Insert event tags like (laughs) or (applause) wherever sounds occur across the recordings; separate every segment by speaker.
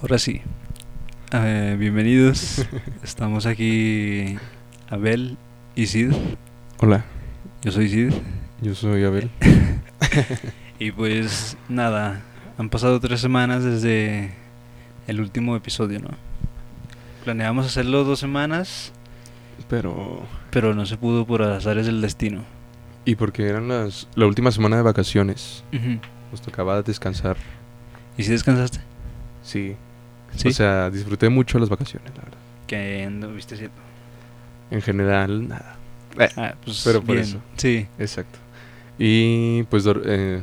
Speaker 1: ahora sí. Eh,
Speaker 2: (laughs)
Speaker 1: bienvenidos. Estamos aquí Abel y Sid.
Speaker 2: Hola,
Speaker 1: Yo soy Sid.
Speaker 2: yo soy Abel.
Speaker 1: (laughs) Y pues nada, han pasado tres semanas desde el último episodio, ¿no? Planeamos hacerlo dos semanas,
Speaker 2: (laughs) Pero.
Speaker 1: pero no se pudo por azares del destino.
Speaker 2: Y porque eran las la última semana de vacaciones, nos tocaba descansar.
Speaker 1: ¿Y si descansaste?
Speaker 2: Sí.
Speaker 1: Sí.
Speaker 2: O sea, disfruté mucho las vacaciones, la verdad.
Speaker 1: que anduviste haciendo?
Speaker 2: En general, nada.
Speaker 1: Ah, pues
Speaker 2: Eh, Pero por
Speaker 1: bien,
Speaker 2: eso.
Speaker 1: Sí,
Speaker 2: Exacto. Y pues dor- eh,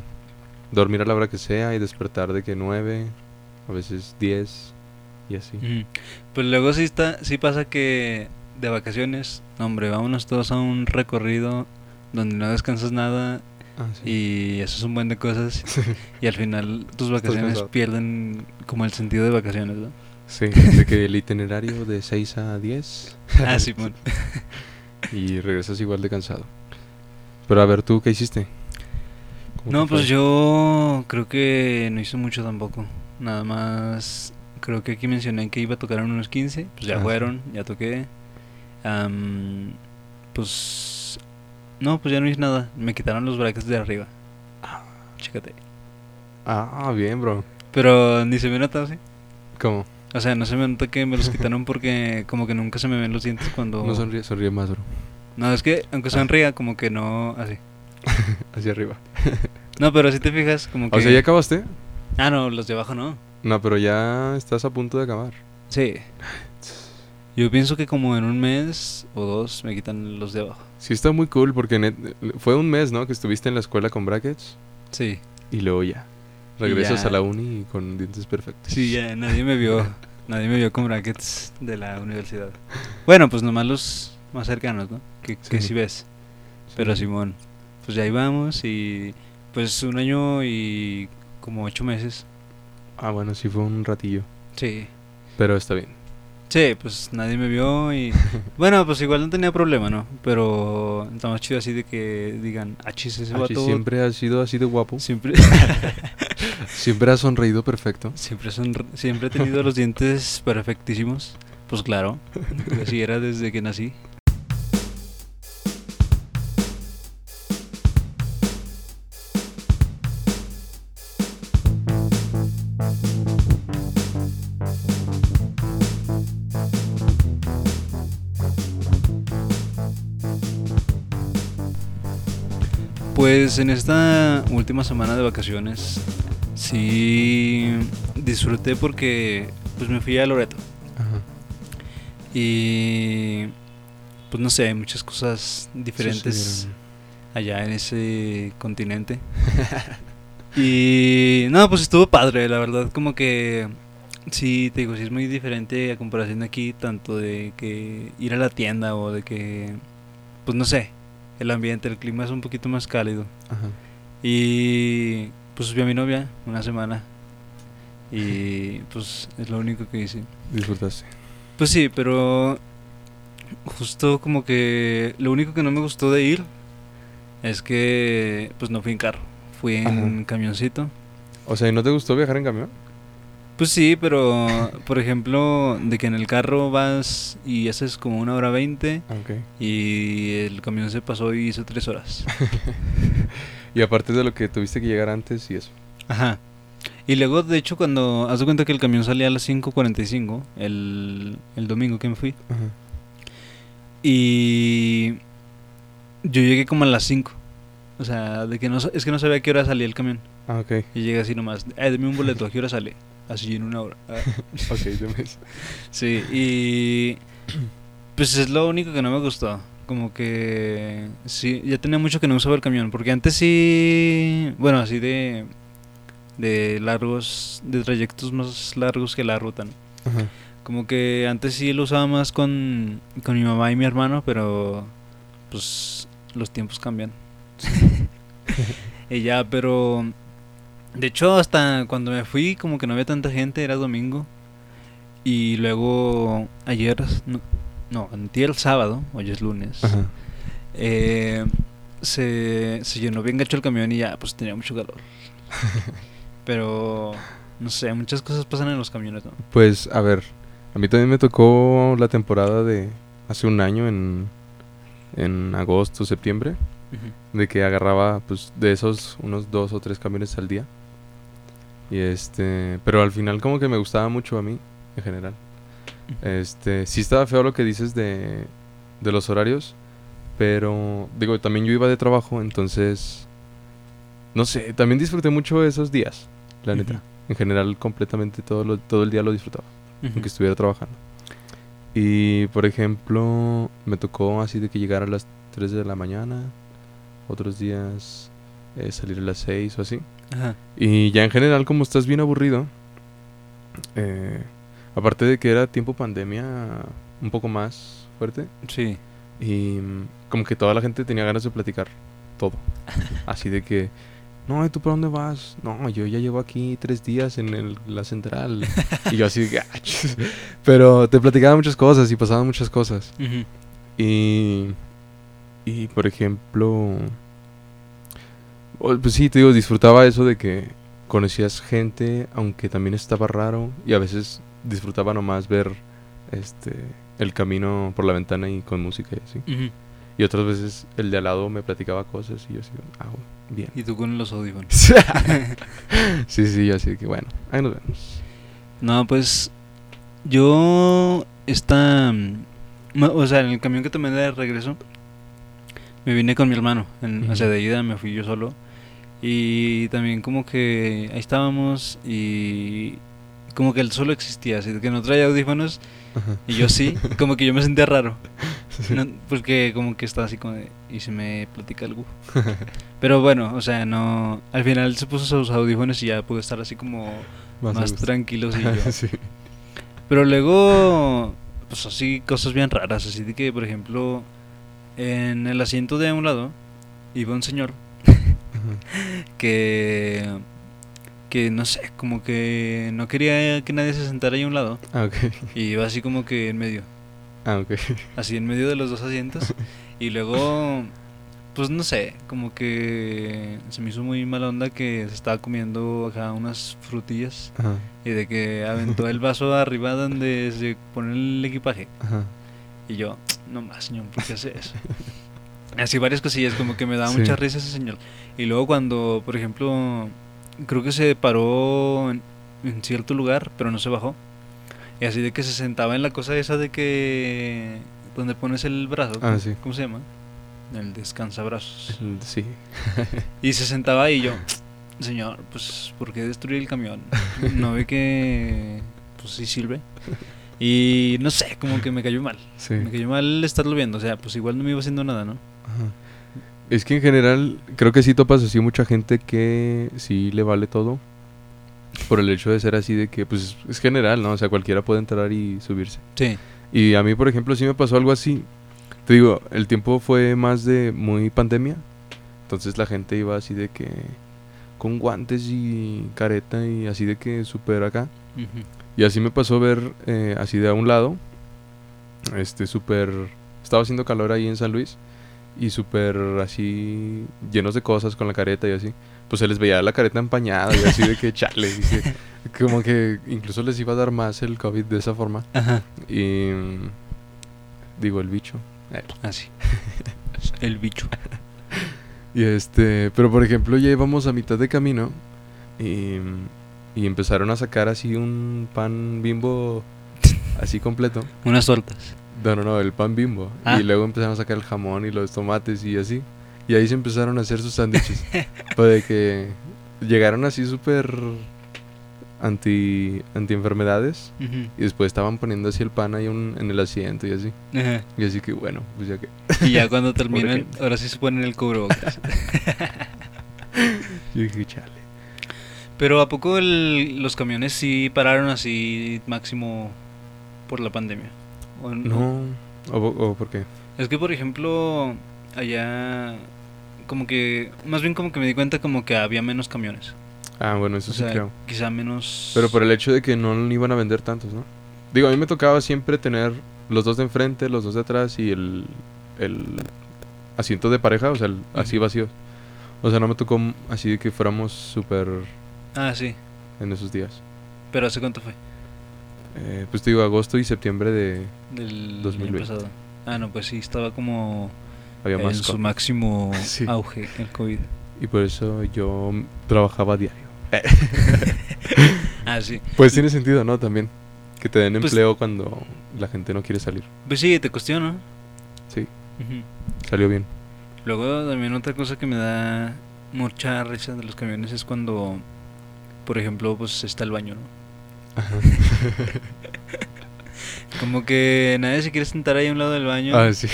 Speaker 2: dormir a la hora que sea y despertar de que nueve, a veces diez y así.
Speaker 1: Ujú. Pues luego sí, está, sí pasa que de vacaciones, no, hombre, vámonos todos a un recorrido donde no descansas nada
Speaker 2: Ah, sí.
Speaker 1: y eso es un buen de
Speaker 2: (laughs)
Speaker 1: cosas. y al final tus vacaciones
Speaker 2: cansado.
Speaker 1: pierden como el sentido de vacaciones,
Speaker 2: (laughs)
Speaker 1: ¿no?
Speaker 2: Sí, de que el itinerario de 6 a 10
Speaker 1: Ah, Simón.
Speaker 2: y regresas igual de cansado. Pero a ver, ¿tú qué hiciste? ¿Cómo
Speaker 1: No,
Speaker 2: te fue?
Speaker 1: pues yo creo que no hice mucho tampoco. Nada más, creo que aquí mencioné que iba a tocar en unos 15. Pues ya
Speaker 2: Ah, sí.
Speaker 1: fueron, ya toqué. Am, pues. No, pues ya no hice nada. Me quitaron los brackets de arriba. Chécate.
Speaker 2: Ah, bien, bro.
Speaker 1: Pero ni se me nota, ¿sí?
Speaker 2: ¿Cómo?
Speaker 1: O sea, no se me nota que me los quitaron porque, como que nunca se me ven los dientes cuando.
Speaker 2: No sonríe, Ah. sonríe más, bro. (laughs)
Speaker 1: No, es que aunque sonría, como que no. Así.
Speaker 2: Hacia arriba.
Speaker 1: No, pero si te fijas, como que.
Speaker 2: O sea, ¿ya acabaste?
Speaker 1: Ah, no, los de abajo no.
Speaker 2: No, pero ya estás a punto de acabar.
Speaker 1: Sí. Yo pienso que como en un mes o dos me quitan los de abajo.
Speaker 2: Sí, está muy cool porque net- fue un mes, ¿no? Que estuviste en la escuela con brackets
Speaker 1: Sí.
Speaker 2: y luego ya.
Speaker 1: Y
Speaker 2: Regresas
Speaker 1: ya.
Speaker 2: a la uni con dientes perfectos.
Speaker 1: Sí, ya nadie me (laughs) vio. nadie me vio con brackets de la universidad. Bueno, pues nomás los más cercanos, ¿no? Que, que
Speaker 2: Sí.
Speaker 1: sí ves. Pero Simón, pues ya íbamos y pues un año y como ocho meses.
Speaker 2: Ah, bueno, sí fue un ratillo.
Speaker 1: Sí.
Speaker 2: Pero está bien.
Speaker 1: Sí, pues nadie me vio (laughs) y... Bueno, pues igual no tenía problema, ¿no? Pero está más chido así de que digan, achis, ese
Speaker 2: Ah, sí,
Speaker 1: vato...
Speaker 2: siempre has sido así de guapo.
Speaker 1: Siempre... (laughs)
Speaker 2: Siempre has sonreído perfecto.
Speaker 1: Siempre, son, siempre he tenido los dientes (laughs) perfectísimos. Pues claro, así era desde que nací. Pues en esta última semana de vacaciones sí disfruté porque pues me fui a Loreto
Speaker 2: Ajá.
Speaker 1: y pues no sé, hay muchas cosas diferentes allá en ese continente. (laughs) y no, pues estuvo padre, la verdad, como que sí, te digo, sí es muy diferente a comparación de aquí, tanto de que ir a la tienda o de que, pues no sé, el ambiente, el clima es un poquito más cálido.
Speaker 2: Ajá.
Speaker 1: Y pues vi a mi novia una semana. Y (laughs) pues es lo único que hice.
Speaker 2: Disfrutaste.
Speaker 1: Pues sí, pero justo como que lo único que no me gustó de ir es que pues no fui en carro, fui en
Speaker 2: Ajá.
Speaker 1: camioncito.
Speaker 2: O sea, ¿y no te gustó viajar en camión?
Speaker 1: Pues sí, pero por ejemplo, de que en el carro vas y haces como una hora veinte
Speaker 2: Ah, ok.
Speaker 1: y el camión se pasó y hizo tres horas.
Speaker 2: Y aparte de lo que tuviste que llegar antes y eso.
Speaker 1: Ajá. Y luego, de hecho, cuando haz de cuenta que el camión salía a las 5.45, el, el domingo que me fui,
Speaker 2: Ajá.
Speaker 1: y yo llegué como a las 5. O sea, de que no, sa- es que no sabía a qué hora salía el camión.
Speaker 2: Ah, ok.
Speaker 1: Y llegué así nomás, eh, deme un boleto, ¿a qué hora sale? Así en una hora. Ah,
Speaker 2: (laughs) Ok, de mes.
Speaker 1: Sí, y pues es lo único que no me gustó. Como que sí, ya tenía mucho que no usaba el camión, porque antes sí, bueno, así de de largos, de trayectos más largos que la ruta. ¿no?
Speaker 2: Ajá.
Speaker 1: Como que antes sí lo usaba más con con mi mamá y mi hermano, pero pues los tiempos
Speaker 2: (laughs)
Speaker 1: cambian. y ya, pero de hecho hasta cuando me fui como que no había tanta gente, era domingo. Y luego ayer, no, no antier el sábado, hoy es lunes,
Speaker 2: Ajá.
Speaker 1: eh,
Speaker 2: (laughs)
Speaker 1: se, se llenó bien gacho el camión y ya, pues tenía mucho calor. Pero No sé, muchas cosas pasan en los camiones, ¿no?
Speaker 2: Pues, a ver, a mí también me tocó la temporada de hace un año, en, en agosto, septiembre, de que agarraba, pues, de esos unos dos o tres camiones al día. Y este, pero al final como que me gustaba mucho a mí, en general. Este, sí estaba feo lo que dices de, de los horarios, pero digo, también yo iba de trabajo, entonces, no sé, también disfruté mucho esos días, la neta.
Speaker 1: Ujú.
Speaker 2: En general, completamente todo, lo- todo el día lo disfrutaba
Speaker 1: Ujú.
Speaker 2: aunque estuviera trabajando. Y por ejemplo, me tocó así de que llegara a las 3 de la mañana, otros días eh, salir a las 6 o así.
Speaker 1: Ajá.
Speaker 2: Y ya en general, como estás bien aburrido, eh, aparte de que era tiempo pandemia un poco más fuerte,
Speaker 1: Sí.
Speaker 2: y mm, como que toda la gente tenía ganas de platicar todo. Así de que, no, ¿y tú para dónde vas? No, yo ya llevo aquí tres días en el- la central. y yo así de que, "Ah, chis". Pero te platicaba muchas cosas y pasaban muchas cosas.
Speaker 1: Ujú.
Speaker 2: Y, y por ejemplo, o- pues sí, te digo, disfrutaba eso de que conocías gente, aunque también estaba raro. Y a veces disfrutaba nomás ver este el camino por la ventana y con música y así.
Speaker 1: Ujú.
Speaker 2: Y otras veces el de al lado me platicaba cosas y yo así, ah, bueno,
Speaker 1: (laughs)
Speaker 2: bien. (laughs)
Speaker 1: Y tú con los audífonos.
Speaker 2: sí, sí, yo así de que bueno, ahí nos vemos.
Speaker 1: No, pues yo esta, mm, ma- o sea, en el camión que tomé de regreso, me vine con mi hermano, en- o sea,
Speaker 2: Ujú.
Speaker 1: de ida me fui yo solo y también como que ahí estábamos y como que él solo existía, así que no traía audífonos
Speaker 2: Ajá.
Speaker 1: y yo
Speaker 2: (laughs)
Speaker 1: sí, como que yo me sentía raro, no, porque como que estaba así como de, y se me platica algo. (laughs) Pero bueno, o sea, no, al final se puso sus audífonos y ya pude estar así como más,
Speaker 2: a gusto.
Speaker 1: tranquilo.
Speaker 2: (laughs)
Speaker 1: sí, yo.
Speaker 2: Sí.
Speaker 1: Pero luego, pues así, cosas bien raras. Así de que, por ejemplo, en el asiento de un lado iba un señor
Speaker 2: Ajá.
Speaker 1: que, que no sé, como que no quería que nadie se sentara ahí a un lado.
Speaker 2: Ah, ok.
Speaker 1: Y iba así como que en medio,
Speaker 2: Ah, ok.
Speaker 1: así en medio de los dos asientos. Y luego, pues no sé, como que se me hizo muy mala onda que se estaba comiendo acá unas frutillas
Speaker 2: Ajá.
Speaker 1: y de que aventó el vaso (laughs) arriba donde se pone el equipaje.
Speaker 2: Ajá.
Speaker 1: Y yo, no más, señor, ¿por qué hace
Speaker 2: (laughs)
Speaker 1: eso? Así varias cosillas, como que me daba
Speaker 2: Sí.
Speaker 1: mucha risa ese señor. Y luego cuando, por ejemplo, creo que se paró en, en cierto lugar, pero no se bajó. Y así de que se sentaba en la cosa esa de que... Donde pones el brazo.
Speaker 2: Ah,
Speaker 1: ¿cómo-
Speaker 2: sí.
Speaker 1: ¿Cómo se llama? El descansabrazos.
Speaker 2: El- Sí.
Speaker 1: Y se sentaba ahí y yo, señor, pues, ¿por qué destruir el camión? No ve que... Pues sí sirve. Y no sé, como que me cayó mal.
Speaker 2: Sí.
Speaker 1: Me cayó mal estarlo viendo, o sea, pues igual no me iba haciendo nada, ¿no?
Speaker 2: Ajá. Es que en general creo que sí topas así mucha gente que sí le vale todo. Por el hecho de ser así de que, pues es general, ¿no? O sea, cualquiera puede entrar y subirse.
Speaker 1: Sí.
Speaker 2: Y a mí, por ejemplo, sí me pasó algo así. Te digo, el tiempo fue más de muy pandemia. Entonces la gente iba así de que con guantes y careta y así de que súper acá. Y así me pasó ver eh, así de a un lado. Este súper... Estaba haciendo calor ahí en San Luis. Y súper así llenos de cosas con la careta y así. Pues se les veía la careta empañada y así de que (laughs) chale. dije, como que incluso les iba a dar más el COVID de esa forma.
Speaker 1: Ajá,
Speaker 2: Y. mm, Digo, el bicho.
Speaker 1: (laughs) así. El bicho.
Speaker 2: Y este. Pero por ejemplo, ya íbamos a mitad de camino. Y. mm, Y empezaron a sacar así un pan bimbo. Así completo.
Speaker 1: Unas tortas.
Speaker 2: No, no, no, el pan bimbo.
Speaker 1: Ah.
Speaker 2: Y luego empezaron a sacar el jamón y los tomates y así. Y ahí se empezaron a hacer sus sándwiches. Pero de que. Llegaron así súper. Anti, anti enfermedades. Y después estaban poniendo así el pan ahí un- en el asiento y así.
Speaker 1: Ajá.
Speaker 2: Y así que bueno, pues ya que.
Speaker 1: Y ya cuando
Speaker 2: Pobre
Speaker 1: terminan,
Speaker 2: gente.
Speaker 1: ahora sí se ponen el cubrebocas.
Speaker 2: Yo dije, chale.
Speaker 1: Pero ¿a poco el- los camiones sí pararon así máximo por la pandemia? ¿O
Speaker 2: No. ¿O, o por qué?
Speaker 1: Es que, por ejemplo, allá como que, más bien como que me di cuenta como que había menos camiones.
Speaker 2: Ah, bueno, eso
Speaker 1: O
Speaker 2: sí
Speaker 1: sea,
Speaker 2: creo.
Speaker 1: quizá menos...
Speaker 2: Pero por el hecho de que no iban a vender tantos, ¿no? Digo, a mí me tocaba siempre tener los dos de enfrente, los dos de atrás y el, el asiento de pareja, o sea, el- así
Speaker 1: Ujú.
Speaker 2: vacío. O sea, no me tocó m- así de que fuéramos súper
Speaker 1: Ah, sí.
Speaker 2: en esos días.
Speaker 1: ¿Pero hace cuánto fue?
Speaker 2: Eh, pues te digo, agosto y septiembre de...
Speaker 1: Del
Speaker 2: 2020.
Speaker 1: año pasado. Ah, no, pues sí, estaba como
Speaker 2: Había
Speaker 1: en
Speaker 2: más
Speaker 1: su
Speaker 2: COVID.
Speaker 1: máximo
Speaker 2: (laughs) Sí.
Speaker 1: auge el COVID.
Speaker 2: Y por eso yo mm, trabajaba diario.
Speaker 1: (laughs) Ah, sí.
Speaker 2: Pues tiene sentido, ¿no? También. Que te den
Speaker 1: Pues-
Speaker 2: empleo cuando la gente no quiere salir.
Speaker 1: Pues sí, te cuestiono.
Speaker 2: Sí,
Speaker 1: Ujú.
Speaker 2: salió bien.
Speaker 1: Luego también otra cosa que me da mucha risa de los camiones es cuando, por ejemplo, pues está el baño, ¿no?
Speaker 2: (laughs)
Speaker 1: Como que nadie se quiere sentar ahí a un lado del baño.
Speaker 2: Ah, sí.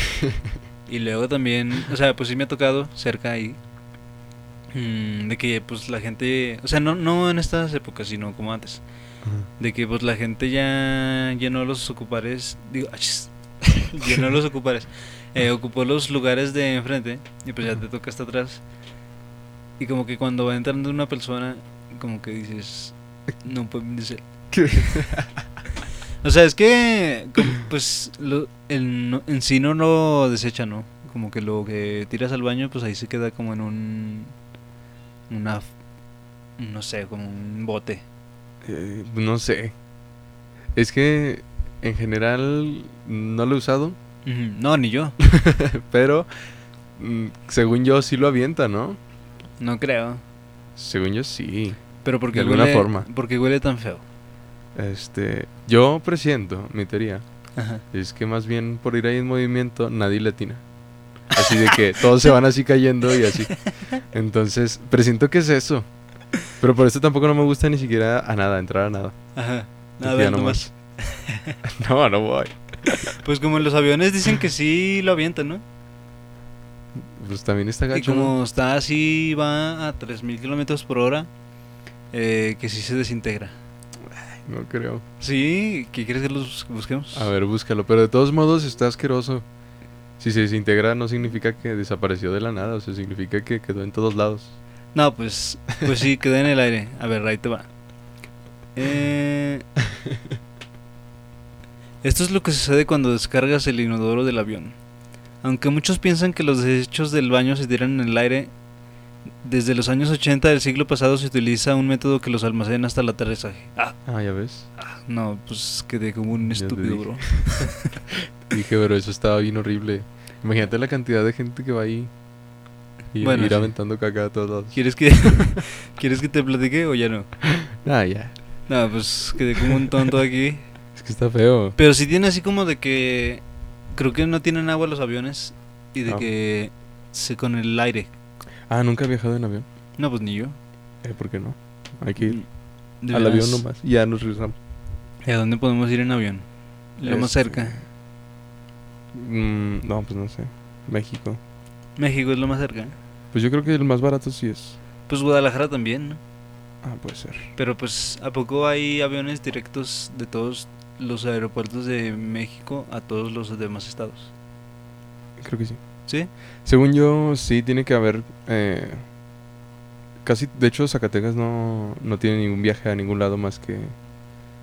Speaker 1: Y luego también, o sea, pues sí me ha tocado cerca ahí. mm, De que pues la gente, o sea, no, no en estas épocas, sino como antes.
Speaker 2: Ajá.
Speaker 1: De que pues la gente ya llenó los ocupares, digo, (laughs) achis, llenó los ocupares, eh, ocupó los lugares de enfrente y pues ya te toca hasta atrás. Y como que cuando va entrando una persona, como que dices, no puede ser.
Speaker 2: ¿Qué?
Speaker 1: (laughs) O sea, es que como, pues lo, el no- en sí no lo desecha, ¿no? Como que lo que tiras al baño, pues ahí se queda como en un, una, no sé, como un bote.
Speaker 2: Eh, no sé. Es que en general no lo he usado,
Speaker 1: Ujú, No, ni yo.
Speaker 2: pero mm, según yo sí lo avienta, ¿no?
Speaker 1: No creo.
Speaker 2: Según yo sí.
Speaker 1: Pero porque
Speaker 2: De alguna
Speaker 1: huele,
Speaker 2: forma.
Speaker 1: Porque huele tan feo.
Speaker 2: Este, yo presiento, mi teoría,
Speaker 1: Ajá.
Speaker 2: es que más bien por ir ahí en movimiento nadie le atina. Así de que todos se van así cayendo y así. Entonces, presiento que es eso. Pero por eso tampoco no me gusta ni siquiera a nada, entrar a nada.
Speaker 1: Ajá. A
Speaker 2: Porque
Speaker 1: ver,
Speaker 2: ya no
Speaker 1: nomás.
Speaker 2: más. (laughs) No, no voy.
Speaker 1: Pues como en los aviones dicen que sí lo avientan, ¿no?
Speaker 2: Pues también está
Speaker 1: Y
Speaker 2: gacho. ¿no?
Speaker 1: como está así, va a 3.000 kilómetros por hora, eh, que sí se desintegra.
Speaker 2: No creo.
Speaker 1: Sí, ¿qué quieres que los busquemos?
Speaker 2: A ver, búscalo. Pero de todos modos está asqueroso. Si se desintegra no significa que desapareció de la nada, o sea, significa que quedó en todos
Speaker 1: (laughs)
Speaker 2: lados.
Speaker 1: No, pues, pues sí, queda en el aire. A ver, ahí te va. Eh, Esto es lo que sucede cuando descargas el inodoro del avión. Aunque muchos piensan que los desechos del baño se tiran en el aire, desde los años 80 del siglo pasado se utiliza un método que los almacena hasta el aterrizaje. Ah,
Speaker 2: Ah, ya ves.
Speaker 1: no, pues quedé como un
Speaker 2: Ya te
Speaker 1: estúpido,
Speaker 2: dije.
Speaker 1: bro. (laughs)
Speaker 2: (laughs) Dije, pero eso estaba bien horrible. Imagínate la cantidad de gente que va ahí y
Speaker 1: Bueno,
Speaker 2: ir
Speaker 1: sí.
Speaker 2: aventando caca a todos lados.
Speaker 1: ¿Quieres que, (laughs) ¿Quieres que te platique o ya no?
Speaker 2: Ah, ya.
Speaker 1: No, pues quedé como un tonto aquí.
Speaker 2: Es que está feo.
Speaker 1: Pero si tiene así como de que creo que no tienen agua los aviones y de
Speaker 2: No.
Speaker 1: que se con el aire.
Speaker 2: Ah, nunca he viajado en avión.
Speaker 1: No, pues ni yo.
Speaker 2: Eh, ¿por qué no? Hay que ir
Speaker 1: De
Speaker 2: al
Speaker 1: veras.
Speaker 2: avión nomás. y Ya nos regresamos.
Speaker 1: ¿Y a dónde podemos ir en avión? Lo más
Speaker 2: Este,
Speaker 1: cerca.
Speaker 2: mm, no, pues no sé. México.
Speaker 1: México es lo más cerca.
Speaker 2: Pues yo creo que el más barato sí es.
Speaker 1: Pues Guadalajara también, ¿no?
Speaker 2: Ah, puede ser.
Speaker 1: Pero pues ¿a poco hay aviones directos de todos los aeropuertos de México a todos los demás estados?
Speaker 2: Creo que sí.
Speaker 1: ¿Sí?
Speaker 2: Según yo, sí, tiene que haber... eh, casi, de hecho, Zacatecas no, no tiene ningún viaje a ningún lado más que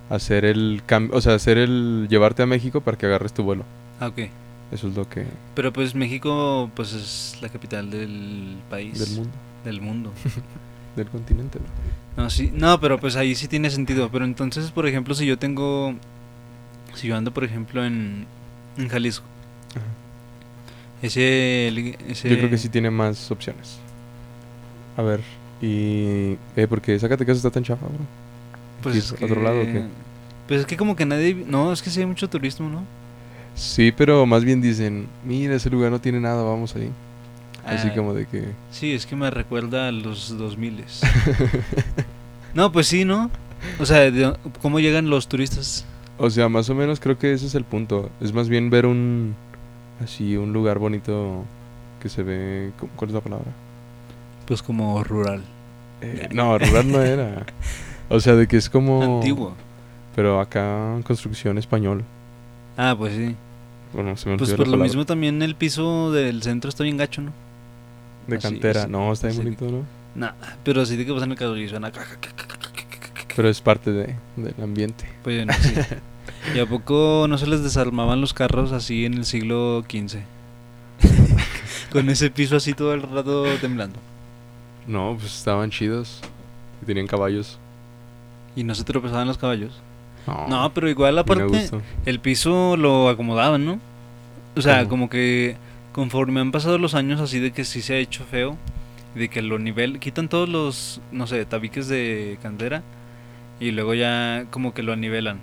Speaker 2: hacer el cambio, o sea, hacer el llevarte a México para que agarres tu vuelo.
Speaker 1: Ah, ok.
Speaker 2: Eso es lo que...
Speaker 1: Pero pues México pues es la capital del país.
Speaker 2: Del mundo,
Speaker 1: Del mundo.
Speaker 2: del continente. ¿no?
Speaker 1: No, sí, no, pero pues ahí sí tiene sentido. Pero entonces, por ejemplo, si yo tengo. Si yo ando, por ejemplo, en, en Jalisco.
Speaker 2: Ajá.
Speaker 1: Ese, li- ese.
Speaker 2: Yo creo que sí tiene más opciones. A ver, y... Eh, ¿Por qué Zacatecas está tan chafa, bro?
Speaker 1: Pues
Speaker 2: ¿Y
Speaker 1: es
Speaker 2: otro lado o qué?
Speaker 1: Pues es que como que nadie. vi- No, es que sí hay mucho turismo, ¿no?
Speaker 2: Sí, pero más bien dicen, mira, ese lugar no tiene nada, vamos ahí. Así
Speaker 1: Ah,
Speaker 2: como de que... (laughs)
Speaker 1: Sí, es que me recuerda a los 2000 (laughs) No, pues sí, ¿no? O sea, de- ¿cómo llegan los turistas?
Speaker 2: O sea, más o menos creo que ese es el punto. Es más bien ver un así un lugar bonito que se ve ¿cu- ¿cuál es la palabra?
Speaker 1: Pues como rural.
Speaker 2: Eh, no, rural no
Speaker 1: (laughs)
Speaker 2: era. O sea, de que es como
Speaker 1: Antiguo.
Speaker 2: pero acá construcción español.
Speaker 1: Ah, pues sí.
Speaker 2: Bueno, se me
Speaker 1: Pues
Speaker 2: olvidó
Speaker 1: por
Speaker 2: la
Speaker 1: lo
Speaker 2: palabra.
Speaker 1: mismo también el piso del centro está bien gacho, ¿no?
Speaker 2: de
Speaker 1: así,
Speaker 2: cantera.
Speaker 1: así,
Speaker 2: no, está bien
Speaker 1: así de
Speaker 2: bonito, ¿no?
Speaker 1: Nah, pero así de que pasan el caso y suena caja.
Speaker 2: Pero es parte de, del ambiente.
Speaker 1: Pues bueno, sí. ¿Y a poco no se les desarmaban los carros así en el siglo XV? (laughs) Con ese piso así todo el rato temblando.
Speaker 2: No, pues estaban chidos. Y Tenían caballos.
Speaker 1: Y no se tropezaban los caballos.
Speaker 2: No,
Speaker 1: No, pero igual la
Speaker 2: bien a
Speaker 1: parte,
Speaker 2: gusto.
Speaker 1: el piso lo acomodaban, ¿no? O sea,
Speaker 2: ¿Cómo?
Speaker 1: como que conforme han pasado los años, así de que sí se ha hecho feo, de que lo nivel, quitan todos los, no sé, tabiques de cantera y luego ya como que lo anivelan,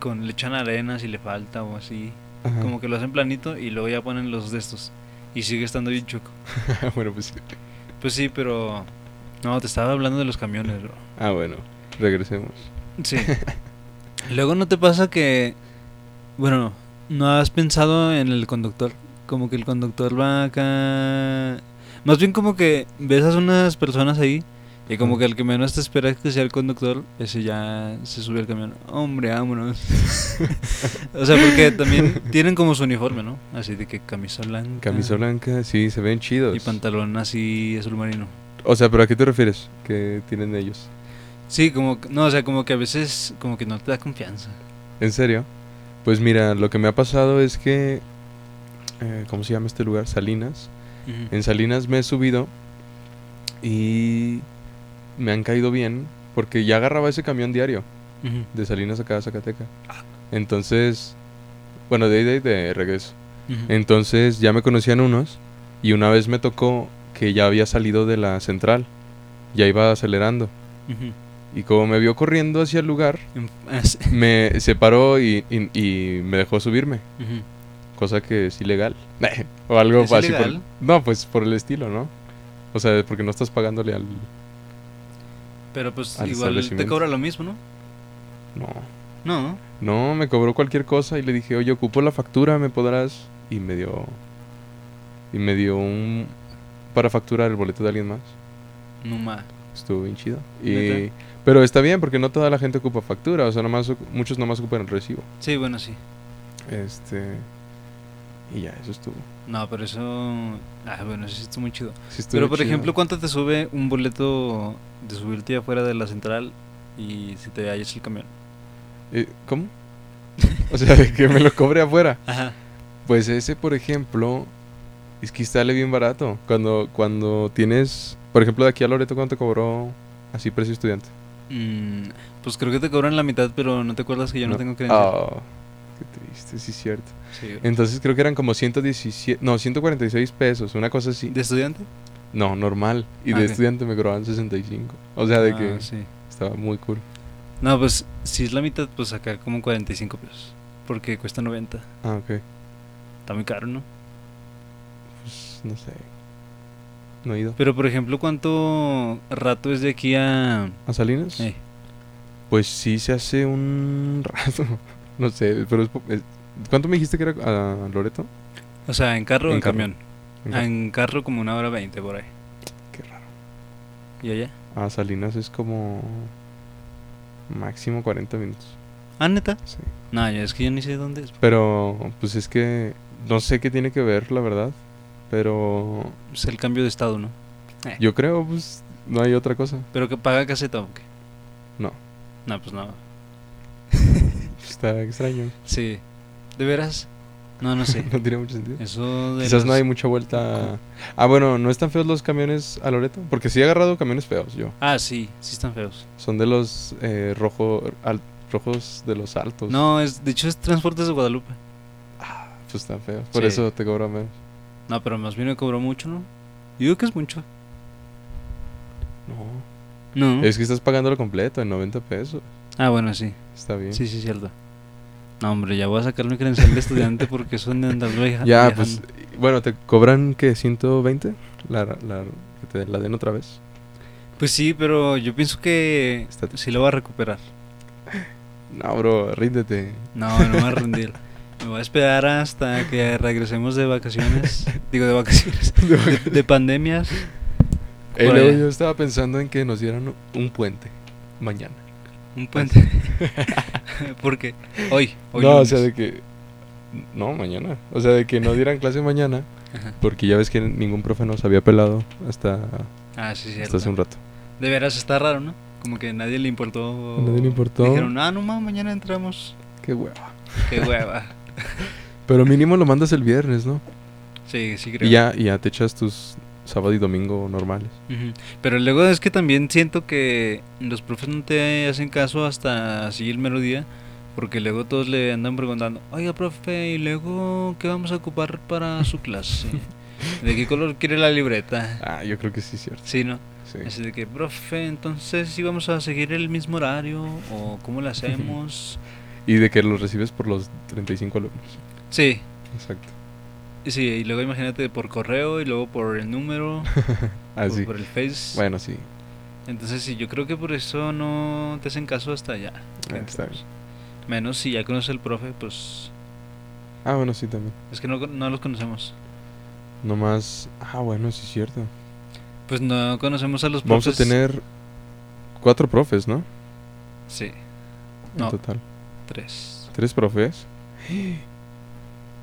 Speaker 1: con, le echan arena si le falta o así,
Speaker 2: Ajá.
Speaker 1: como que lo hacen planito y luego ya ponen los de estos y sigue estando bien chueco.
Speaker 2: (laughs) bueno, pues. sí.
Speaker 1: Pues sí, pero... No, te estaba hablando de los camiones, bro.
Speaker 2: Ah, bueno, regresemos.
Speaker 1: Sí. Luego no te pasa que, bueno, no has pensado en el conductor. Como que el conductor va acá. Más bien como que ves a unas personas ahí y como
Speaker 2: Ujú.
Speaker 1: que el que menos te espera que sea el conductor, ese ya se sube al camión. Hombre, vámonos. (laughs) o sea, porque
Speaker 2: (laughs)
Speaker 1: también tienen como su uniforme, ¿no? Así de que camisa blanca.
Speaker 2: (laughs) Camisa blanca, sí, se ven chidos.
Speaker 1: Ah. Y pantalón así azul marino.
Speaker 2: O sea, pero ¿a qué te refieres? ¿Qué tienen ellos?
Speaker 1: Sí, como, que- no, o sea, como que a veces como que no te da confianza.
Speaker 2: ¿En serio? Pues mira, lo que me ha pasado es que. eh, ¿Cómo se llama este lugar? Salinas.
Speaker 1: Ujú.
Speaker 2: En Salinas me he subido y me han caído bien porque ya agarraba ese camión diario
Speaker 1: Ujú.
Speaker 2: de Salinas acá a Zacateca. Entonces, bueno, de ida y de regreso.
Speaker 1: Ujú.
Speaker 2: Entonces ya me conocían unos y una vez me tocó que ya había salido de la central, ya iba acelerando.
Speaker 1: Ujú.
Speaker 2: Y como me vio corriendo hacia
Speaker 1: (laughs)
Speaker 2: el lugar,
Speaker 1: En- as-
Speaker 2: me separó y, y- y me dejó subirme,
Speaker 1: ujú.
Speaker 2: cosa que es ilegal. (laughs) o algo
Speaker 1: ¿Es
Speaker 2: así. por-
Speaker 1: ilegal?
Speaker 2: no, pues por el estilo, ¿no? O sea, porque no estás pagándole al...
Speaker 1: Pero pues igual
Speaker 2: Al
Speaker 1: te
Speaker 2: establecimiento.
Speaker 1: cobra lo mismo, ¿no?
Speaker 2: No.
Speaker 1: No.
Speaker 2: No, me cobró cualquier cosa y le dije, oye, ocupo la factura, ¿me podrás? Y me dio... Y me dio un... Para facturar el boleto de alguien más.
Speaker 1: No más.
Speaker 2: Estuvo bien chido.
Speaker 1: ¿Neta?
Speaker 2: Y... Pero está bien porque no toda la gente ocupa factura, o sea, nomás, ocu- muchos nomás ocupan el recibo.
Speaker 1: Sí, bueno, sí.
Speaker 2: Este... Y ya, eso estuvo.
Speaker 1: No, pero eso... Ah, bueno, eso sí está muy chido.
Speaker 2: Sí estuvo
Speaker 1: pero por
Speaker 2: chido.
Speaker 1: ejemplo, ¿cuánto te sube un boleto de subirte afuera de la central y si te hallas el camión?
Speaker 2: Eh, ¿Cómo? (laughs) O sea, de que me lo cobre afuera.
Speaker 1: Ajá.
Speaker 2: Pues ese, por ejemplo, es que sale bien barato. Cuando, cuando tienes, por ejemplo, de aquí a Loreto, ¿cuánto cobró así precio estudiante?
Speaker 1: Mm, pues creo que te cobran la mitad, pero no te acuerdas que yo no, tengo creencia.
Speaker 2: Ah, eh, qué triste, sí es cierto.
Speaker 1: Sí, güey.
Speaker 2: Entonces creo que eran como 117, no, 146 pesos, una cosa así.
Speaker 1: ¿De estudiante?
Speaker 2: No, normal. Y
Speaker 1: Ah,
Speaker 2: de
Speaker 1: ok.
Speaker 2: estudiante me cobraban 65. O sea, de
Speaker 1: Ah,
Speaker 2: que
Speaker 1: sí.
Speaker 2: estaba muy cool.
Speaker 1: No, pues si es la mitad, pues acá como 45 pesos. Porque cuesta 90.
Speaker 2: Ah, ok.
Speaker 1: Está muy caro, ¿no?
Speaker 2: Pues no sé. No he ido.
Speaker 1: Pero por ejemplo, ¿cuánto rato es de aquí a...
Speaker 2: ¿A Salinas?
Speaker 1: Eh,
Speaker 2: Pues sí se hace un (laughs) rato. No sé, pero es po- es- ¿Cuánto me dijiste que era a Loreto?
Speaker 1: o sea, en carro o
Speaker 2: En
Speaker 1: en
Speaker 2: carro.
Speaker 1: camión. Ah, en carro como una hora veinte por ahí.
Speaker 2: Qué raro.
Speaker 1: ¿Y allá?
Speaker 2: A Salinas es como máximo 40 minutos.
Speaker 1: Ah, neta.
Speaker 2: Sí.
Speaker 1: No, ya es que yo ni sé dónde es.
Speaker 2: Pero pues es que no sé qué tiene que ver, la verdad. Pero
Speaker 1: Es el cambio de estado, ¿no?
Speaker 2: yo creo pues no hay otra cosa.
Speaker 1: Pero que paga caseta, ¿o qué?
Speaker 2: No.
Speaker 1: No, pues no.
Speaker 2: Está extraño.
Speaker 1: Sí. ¿De veras? No, no sé.
Speaker 2: (laughs) No tiene mucho sentido.
Speaker 1: Eso de
Speaker 2: Quizás no
Speaker 1: los-
Speaker 2: hay mucha vuelta. Ah, bueno, no están feos los camiones a Loreto, porque sí he agarrado camiones feos yo.
Speaker 1: Ah, sí. Sí están feos.
Speaker 2: Son de los eh, rojo, al- rojos de los altos.
Speaker 1: No, es, de hecho es Transportes de Guadalupe.
Speaker 2: Pues están feos. Por
Speaker 1: Sí.
Speaker 2: eso te cobran menos.
Speaker 1: No, pero más bien me cobró mucho, ¿no? Yo digo que es mucho.
Speaker 2: No.
Speaker 1: No.
Speaker 2: Mm. Es que estás pagándolo completo, en 90 pesos.
Speaker 1: Ah, bueno, sí.
Speaker 2: Está bien.
Speaker 1: Sí, sí, cierto. No, hombre, ya voy a sacar mi credencial de estudiante porque son de andar viaja-
Speaker 2: (laughs) Ya,
Speaker 1: viajando.
Speaker 2: pues, bueno, ¿te cobran qué? ¿120? La, la, que te la den otra vez.
Speaker 1: Pues sí, pero yo pienso que
Speaker 2: Está triste.
Speaker 1: sí lo va a recuperar.
Speaker 2: No, bro, ríndete.
Speaker 1: No, no me voy a rendir. Me voy a esperar hasta que regresemos de vacaciones.
Speaker 2: (laughs)
Speaker 1: Digo, de vacaciones. De, de pandemias.
Speaker 2: Eh,
Speaker 1: Por
Speaker 2: luego
Speaker 1: allá.
Speaker 2: yo estaba pensando en que nos dieran un puente mañana.
Speaker 1: Un puente. (laughs) Porque hoy. Pues, (laughs) hoy
Speaker 2: no, o
Speaker 1: lunes.
Speaker 2: sea, de que... No, mañana. O sea, de que no dieran clase mañana.
Speaker 1: Ajá.
Speaker 2: Porque ya ves que ningún profe nos había pelado hasta,
Speaker 1: Ah, sí,
Speaker 2: hasta
Speaker 1: cierto.
Speaker 2: hace un rato.
Speaker 1: De veras está raro, ¿no? Como que a nadie le importó.
Speaker 2: A nadie le importó.
Speaker 1: Dijeron, ah, no más, mañana entramos.
Speaker 2: Qué hueva.
Speaker 1: Qué
Speaker 2: (laughs)
Speaker 1: hueva.
Speaker 2: Pero mínimo lo mandas el viernes, ¿no?
Speaker 1: Sí, sí, creo.
Speaker 2: Y ya, y ya te echas tus sábado y domingo normales.
Speaker 1: Ujú. Pero luego es que también siento que los profes no te hacen caso hasta seguir melodía, porque luego todos le andan preguntando, oiga, profe, ¿y luego qué vamos a ocupar para su clase? ¿De qué color quiere la libreta?
Speaker 2: Ah, yo creo que sí es cierto.
Speaker 1: Sí, ¿no?
Speaker 2: Sí.
Speaker 1: Así de que, profe, entonces si vamos a seguir el mismo horario o cómo lo hacemos.
Speaker 2: Y de que los recibes por los 35 alumnos.
Speaker 1: Sí,
Speaker 2: Exacto.
Speaker 1: sí, y luego imagínate por correo y luego por el número, por,
Speaker 2: Así.
Speaker 1: por el Face.
Speaker 2: Ah, Bueno, sí.
Speaker 1: Entonces sí, yo creo que por eso no te hacen caso hasta allá.
Speaker 2: Ah, está bien.
Speaker 1: Menos si ya conoces al profe, pues
Speaker 2: Ah, bueno, sí también.
Speaker 1: es que no, no los conocemos.
Speaker 2: Nomás. Ah, bueno, sí es cierto.
Speaker 1: Pues no conocemos a los profes.
Speaker 2: Vamos a tener cuatro profes, ¿no?
Speaker 1: Sí,
Speaker 2: En
Speaker 1: No.
Speaker 2: total.
Speaker 1: tres.
Speaker 2: ¿Tres profes?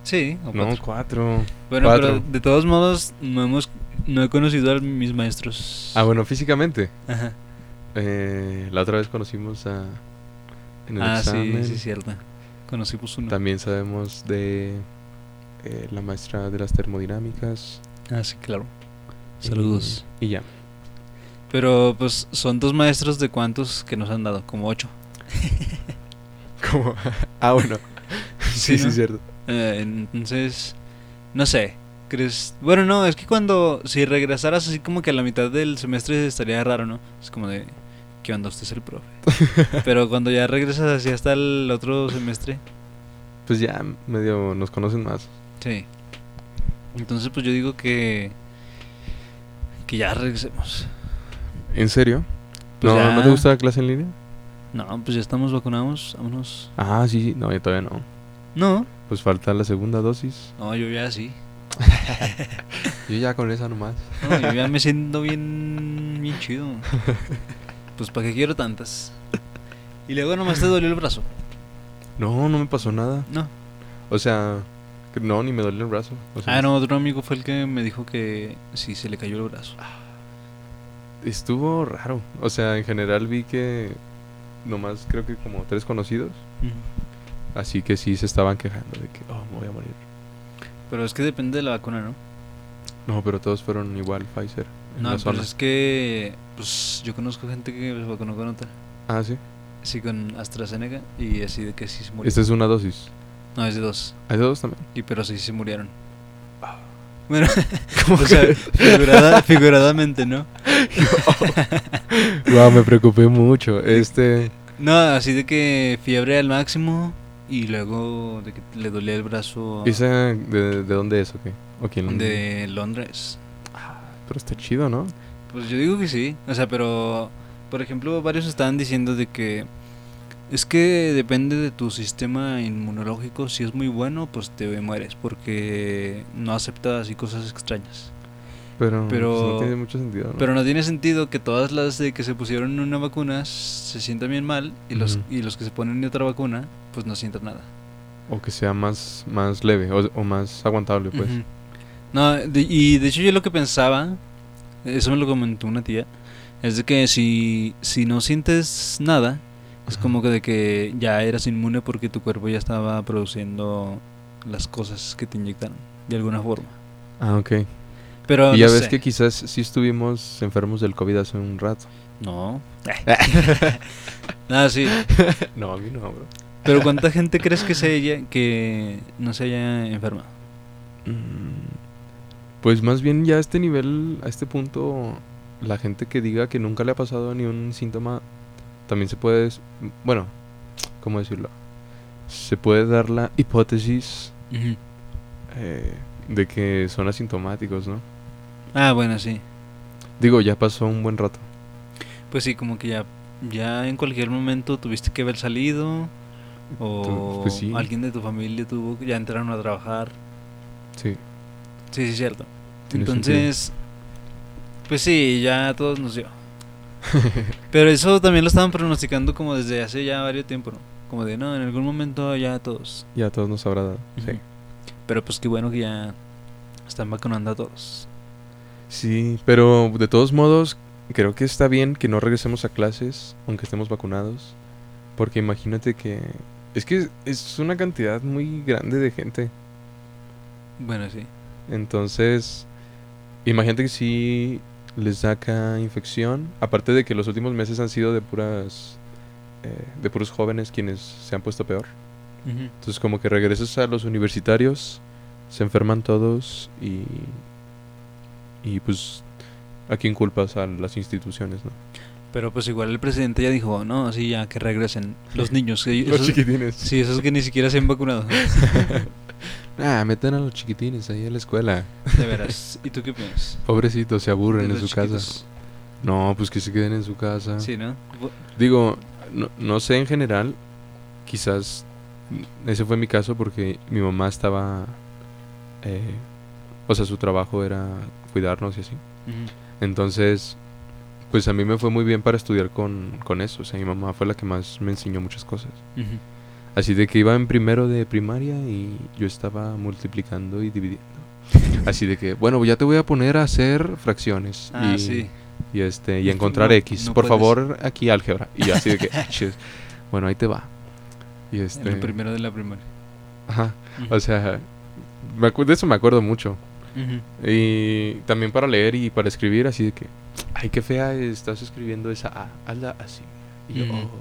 Speaker 1: Sí, o
Speaker 2: No,
Speaker 1: cuatro.
Speaker 2: cuatro.
Speaker 1: Bueno, pero
Speaker 2: cuatro.
Speaker 1: de todos modos, no, hemos, no he conocido a mis maestros.
Speaker 2: Ah, bueno, físicamente.
Speaker 1: Ajá.
Speaker 2: Eh, la otra vez conocimos a. En el
Speaker 1: Ah, sí,
Speaker 2: examen.
Speaker 1: sí, cierto. Conocimos uno.
Speaker 2: También sabemos de eh, la maestra de las termodinámicas.
Speaker 1: Ah, sí, claro. Saludos.
Speaker 2: Y, y ya. (laughs)
Speaker 1: Pero pues son dos maestros de cuántos que nos han dado, como ocho.
Speaker 2: Como- ah,
Speaker 1: (laughs)
Speaker 2: bueno. sí,
Speaker 1: Sí,
Speaker 2: sí,
Speaker 1: ¿no?
Speaker 2: es cierto. (laughs)
Speaker 1: Eh, entonces, no sé. ¿Crees? Bueno, no, es que cuando, si regresaras así como que a la mitad del semestre estaría raro, ¿no? Es como de, ¿qué onda? Usted es el profe. Pero cuando ya regresas así hasta el otro semestre,
Speaker 2: Pues ya medio nos conocen más.
Speaker 1: sí. Entonces, pues yo digo que, que ya regresemos.
Speaker 2: ¿En serio?
Speaker 1: Pues
Speaker 2: ¿No,
Speaker 1: ya.
Speaker 2: ¿No te gusta la clase en línea?
Speaker 1: No, pues ya estamos vacunados, vámonos.
Speaker 2: Ah, sí, sí. No, yo todavía no.
Speaker 1: No,
Speaker 2: Pues falta la segunda dosis.
Speaker 1: no, yo ya sí.
Speaker 2: Yo ya con esa nomás.
Speaker 1: No, yo ya me siento bien, bien chido. Pues para qué quiero tantas. Y luego nomás te dolió el brazo.
Speaker 2: No, no me pasó nada.
Speaker 1: No.
Speaker 2: O sea, que no, ni me dolió el brazo. O sea,
Speaker 1: Ah, no, otro amigo fue el que me dijo que sí se le cayó el brazo.
Speaker 2: Ah. Estuvo raro. O sea, en general vi que nomás creo que como tres conocidos.
Speaker 1: Ujú.
Speaker 2: Así que sí se estaban quejando de que, oh, me voy a morir.
Speaker 1: Pero es que depende de la vacuna, ¿no?
Speaker 2: No, pero todos fueron igual Pfizer. en
Speaker 1: No,
Speaker 2: la
Speaker 1: pero
Speaker 2: zona.
Speaker 1: es que pues yo conozco gente que se vacunó con otra.
Speaker 2: Ah, sí.
Speaker 1: Sí, con AstraZeneca y así de que sí se murió.
Speaker 2: Esta Este es una dosis.
Speaker 1: No, es de dos.
Speaker 2: ¿Hay dos también? (laughs)
Speaker 1: Y pero sí se murieron.
Speaker 2: Ah.
Speaker 1: Bueno, (laughs) o sea, figurada- figuradamente, ¿no?
Speaker 2: wow, me preocupé mucho.
Speaker 1: (laughs)
Speaker 2: Este.
Speaker 1: No, así de que fiebre al máximo y luego de que le dolía el brazo
Speaker 2: ¿Esa de, de dónde es o qué? ¿O quién?
Speaker 1: de Londres.
Speaker 2: Pero está chido, ¿no?
Speaker 1: Pues yo digo que sí, o sea, pero por ejemplo varios estaban diciendo de que es que depende de tu sistema inmunológico, si es muy bueno pues te mueres porque no aceptas y cosas extrañas.
Speaker 2: Pero,
Speaker 1: Pero-
Speaker 2: pues, no tiene mucho sentido, ¿no?
Speaker 1: Pero no tiene sentido que todas las de que se pusieron una vacuna se sientan bien mal y los,
Speaker 2: Ujú.
Speaker 1: y los que se ponen de otra vacuna pues no sientan nada.
Speaker 2: O que sea más, más leve o, o más aguantable, pues.
Speaker 1: Ujú. No, de- y de hecho yo lo que pensaba, eso me lo comentó una tía, es de que si, si no sientes nada, es
Speaker 2: Ajá.
Speaker 1: como que de que ya eras inmune porque tu cuerpo ya estaba produciendo las cosas que te inyectaron, de alguna forma.
Speaker 2: Ah, ok.
Speaker 1: Pero
Speaker 2: y ya
Speaker 1: no
Speaker 2: ves
Speaker 1: sé.
Speaker 2: que quizás sí estuvimos enfermos del COVID hace
Speaker 1: (laughs)
Speaker 2: un rato. (laughs)
Speaker 1: No. Nada, sí.
Speaker 2: No, a mí no, bro.
Speaker 1: Pero ¿cuánta gente crees que, se haya, que no se haya enfermado?
Speaker 2: Mm, Pues más bien ya a este nivel, a este punto, la gente que diga que nunca le ha pasado ni un síntoma, también se puede, s- bueno, ¿cómo decirlo? Se puede dar la hipótesis eh, de que son asintomáticos, ¿no?
Speaker 1: Ah, bueno, sí.
Speaker 2: Digo, ya pasó un buen rato.
Speaker 1: Pues sí, como que ya, ya en cualquier momento tuviste que haber salido o
Speaker 2: pues sí.
Speaker 1: alguien de tu familia tuvo que ya entraron a trabajar.
Speaker 2: Sí.
Speaker 1: Sí, sí, cierto.
Speaker 2: Tiene
Speaker 1: Entonces, pues sí, ya a todos
Speaker 2: (laughs)
Speaker 1: nos dio. Pero eso también lo estaban pronosticando como desde hace ya varios tiempo, ¿no? Como de, no, en algún momento ya a todos.
Speaker 2: Ya a todos nos habrá dado. Sí.
Speaker 1: Ujú. Pero pues qué bueno que ya están vacunando a todos.
Speaker 2: Sí, pero de todos modos, creo que está bien que no regresemos a clases, aunque estemos vacunados. Porque imagínate que. Es que es una cantidad muy grande de gente.
Speaker 1: Bueno, sí.
Speaker 2: Entonces, Imagínate que sí les saca infección. Aparte de que los últimos meses han sido de puras. eh, de puros jóvenes quienes se han puesto peor.
Speaker 1: Ujú.
Speaker 2: Entonces, como que regresas a los universitarios, se enferman todos y. y pues. ¿A quién culpas? A las instituciones, ¿no?
Speaker 1: Pero pues igual el presidente ya dijo, no, sí, ya que regresen
Speaker 2: (laughs)
Speaker 1: los niños. que
Speaker 2: Los
Speaker 1: esos-
Speaker 2: chiquitines. (laughs)
Speaker 1: sí, esos que ni siquiera se han (laughs) vacunado.
Speaker 2: Ah, meten a los chiquitines ahí a la escuela.
Speaker 1: De veras. ¿Y tú qué piensas?
Speaker 2: Pobrecitos, se aburren
Speaker 1: De
Speaker 2: en su
Speaker 1: los
Speaker 2: casa.
Speaker 1: chiquitos.
Speaker 2: No, pues que se queden en su casa.
Speaker 1: Sí, ¿no? Bu-
Speaker 2: Digo, no, no sé en general, quizás mm, ese fue mi caso porque mi mamá estaba, eh, o sea, su trabajo era cuidarnos y así.
Speaker 1: ujú.
Speaker 2: Entonces, pues a mí me fue muy bien para estudiar con, con eso. O sea, mi mamá fue la que más me enseñó muchas cosas.
Speaker 1: Ujú.
Speaker 2: Así de que iba en primero de primaria y yo estaba multiplicando
Speaker 1: (laughs)
Speaker 2: y dividiendo. Así de que, bueno, ya te voy a poner a hacer fracciones.
Speaker 1: Ah,
Speaker 2: y,
Speaker 1: sí.
Speaker 2: y este y
Speaker 1: No,
Speaker 2: encontrar
Speaker 1: no,
Speaker 2: x
Speaker 1: no
Speaker 2: por
Speaker 1: puedes.
Speaker 2: favor aquí álgebra y yo así
Speaker 1: (laughs)
Speaker 2: de que "Chis". bueno ahí te va y
Speaker 1: En el
Speaker 2: este
Speaker 1: primero de la primaria.
Speaker 2: ajá
Speaker 1: Ujú.
Speaker 2: o sea me acu- de eso me acuerdo mucho
Speaker 1: Ujú.
Speaker 2: y también para leer y para escribir así de que ay qué fea estás escribiendo esa a hazla así y yo
Speaker 1: Ujú.
Speaker 2: "Oh,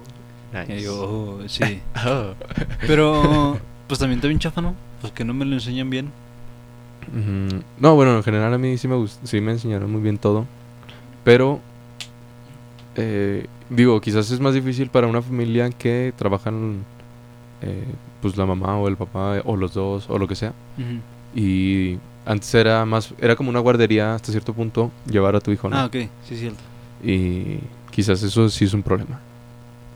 Speaker 1: Y
Speaker 2: nice".
Speaker 1: yo, (laughs) oh, sí.
Speaker 2: Oh.
Speaker 1: Pero, pues también está bien chafa, ¿no? Pues que no me lo enseñan bien.
Speaker 2: Ujú. no bueno en general a mí sí me gust- sí me enseñaron muy bien todo pero eh, digo, quizás es más difícil para una familia que trabajan eh, pues la mamá o el papá eh, o los dos o lo que sea.
Speaker 1: Ujú.
Speaker 2: Y antes era más era como una guardería hasta cierto punto llevar a tu hijo, ¿no?
Speaker 1: Ah, ok, sí, cierto.
Speaker 2: Y quizás eso sí es un problema.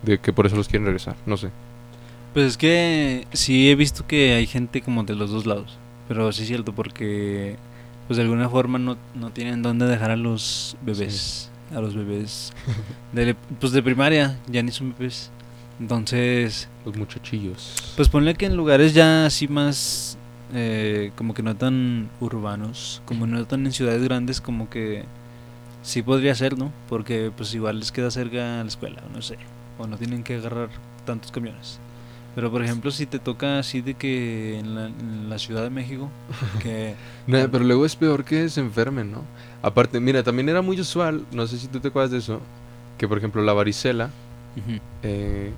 Speaker 2: De que por eso los quieren regresar, no sé.
Speaker 1: Pues es que sí he visto que hay gente como de los dos lados. Pero sí es cierto, porque pues de alguna forma no, no tienen dónde dejar a los bebés. A los bebés de, le- pues de primaria, ya ni son bebés. Entonces,
Speaker 2: Los muchachillos.
Speaker 1: pues ponle que en lugares ya así más eh, como que no tan urbanos, como no tan en ciudades grandes, como que sí podría ser, ¿no? Porque pues igual les queda cerca a la escuela, o no sé, o no tienen que agarrar tantos camiones. Pero por ejemplo, si te toca así de que en la, en la Ciudad de México, que
Speaker 2: Nah, pero luego es peor que se enfermen, ¿no? Aparte, mira, también era muy usual, no sé si tú te acuerdas de eso, que por ejemplo la varicela
Speaker 1: Ujú,
Speaker 2: eh,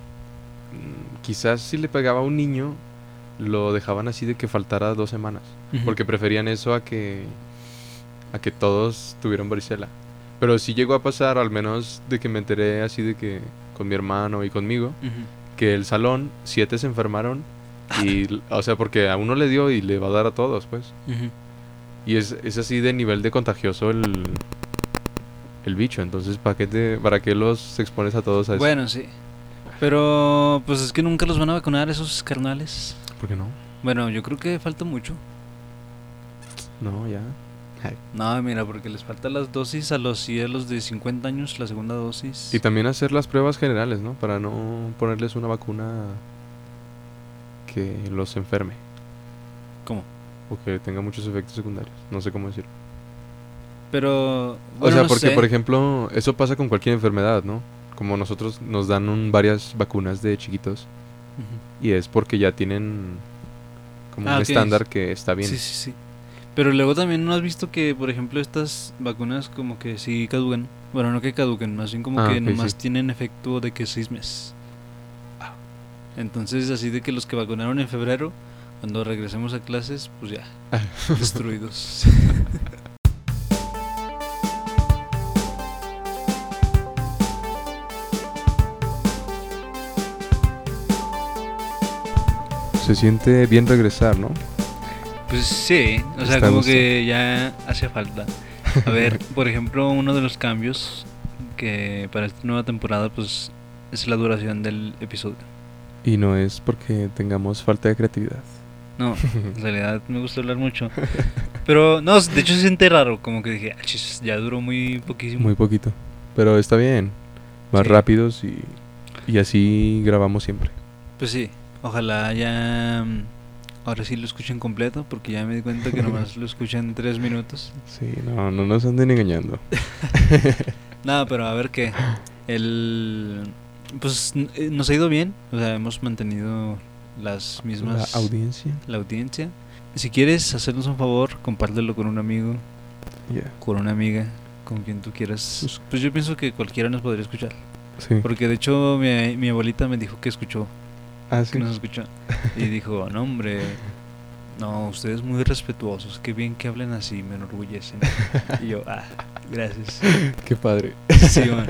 Speaker 2: mm, quizás si le pegaba a un niño, lo dejaban así de que faltara dos semanas.
Speaker 1: ujú.
Speaker 2: Porque preferían eso a que, a que todos tuvieran varicela. Pero sí llegó a pasar, al menos de que me enteré así de que con mi hermano y conmigo,
Speaker 1: Ujú.
Speaker 2: que el salón, siete se enfermaron.
Speaker 1: (laughs)
Speaker 2: Y, o sea, porque a uno le dio y le va a dar a todos, pues.
Speaker 1: Ujú.
Speaker 2: Y es, es así de nivel de contagioso el, el bicho. Entonces, ¿para qué, te- ¿para qué los expones a todos a eso?
Speaker 1: Bueno, sí. Pero pues es que nunca los van a vacunar esos carnales.
Speaker 2: ¿Por qué no?
Speaker 1: Bueno, yo creo que falta mucho.
Speaker 2: No, ya.
Speaker 1: No, mira, porque les faltan las dosis a los cielos de 50 años, la segunda dosis.
Speaker 2: Y también hacer las pruebas generales, ¿no? Para no ponerles una vacuna que los enferme
Speaker 1: ¿Cómo?
Speaker 2: o que tenga muchos efectos secundarios. No sé cómo decirlo.
Speaker 1: Pero.
Speaker 2: o
Speaker 1: bueno,
Speaker 2: sea,
Speaker 1: no
Speaker 2: porque
Speaker 1: sé.
Speaker 2: por ejemplo, eso pasa con cualquier enfermedad, ¿no? Como nosotros nos dan un- varias vacunas de chiquitos
Speaker 1: Ujú.
Speaker 2: y es porque ya tienen como
Speaker 1: Ah,
Speaker 2: un
Speaker 1: ok.
Speaker 2: estándar que está bien.
Speaker 1: Sí, sí, sí. Pero luego también no has visto que, por ejemplo, estas vacunas como que sí caducan. Bueno, no que caduquen, más bien como
Speaker 2: Ah,
Speaker 1: que
Speaker 2: ok,
Speaker 1: nomás
Speaker 2: sí.
Speaker 1: tienen efecto de que seis meses. Ah. Entonces, así de que los que vacunaron en febrero, cuando regresemos a clases, pues ya,
Speaker 2: Ah. (laughs)
Speaker 1: destruidos.
Speaker 2: Se siente bien regresar, ¿no?
Speaker 1: Pues sí, o sea,
Speaker 2: Está
Speaker 1: como
Speaker 2: gusto.
Speaker 1: que ya hace falta. A ver,
Speaker 2: (laughs)
Speaker 1: por ejemplo, uno de los cambios que para esta nueva temporada, pues, es la duración del episodio.
Speaker 2: Y no es porque tengamos falta
Speaker 1: (laughs)
Speaker 2: de creatividad. (laughs)
Speaker 1: No, en realidad me gusta hablar mucho. Pero, no, de hecho se siente raro, como que dije, "Ah, chis, ya duró muy poquísimo.
Speaker 2: Muy poquito. Pero está bien. Más
Speaker 1: Sí.
Speaker 2: rápidos y, y así grabamos siempre.
Speaker 1: Pues sí, ojalá ya... mm, Ahora sí lo escuchen completo, porque ya me di cuenta
Speaker 2: (laughs)
Speaker 1: que nomás lo escuchan tres minutos.
Speaker 2: Sí, no, no nos anden engañando.
Speaker 1: Nada, pero a ver qué. El. Pues n- eh, nos ha ido bien. O sea, hemos mantenido las mismas.
Speaker 2: La audiencia.
Speaker 1: la audiencia. Si quieres hacernos un favor, compártelo con un amigo.
Speaker 2: Yeah.
Speaker 1: con una amiga, con quien tú quieras. Pues yo pienso que cualquiera nos podría escuchar.
Speaker 2: Sí.
Speaker 1: Porque de hecho mi, mi abuelita me dijo que escuchó,
Speaker 2: Ah,
Speaker 1: que
Speaker 2: sí.
Speaker 1: nos escuchó. Y dijo, no hombre, no, ustedes muy respetuosos, qué bien que hablen así, me enorgullecen. Y yo, ah, gracias.
Speaker 2: Qué padre.
Speaker 1: (laughs) Sí, man.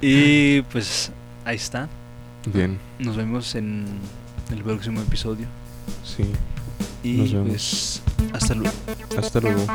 Speaker 1: Y pues ahí está.
Speaker 2: Bien.
Speaker 1: Nos vemos en el próximo episodio.
Speaker 2: Sí.
Speaker 1: Y
Speaker 2: Nos vemos.
Speaker 1: pues hasta luego.
Speaker 2: Hasta luego.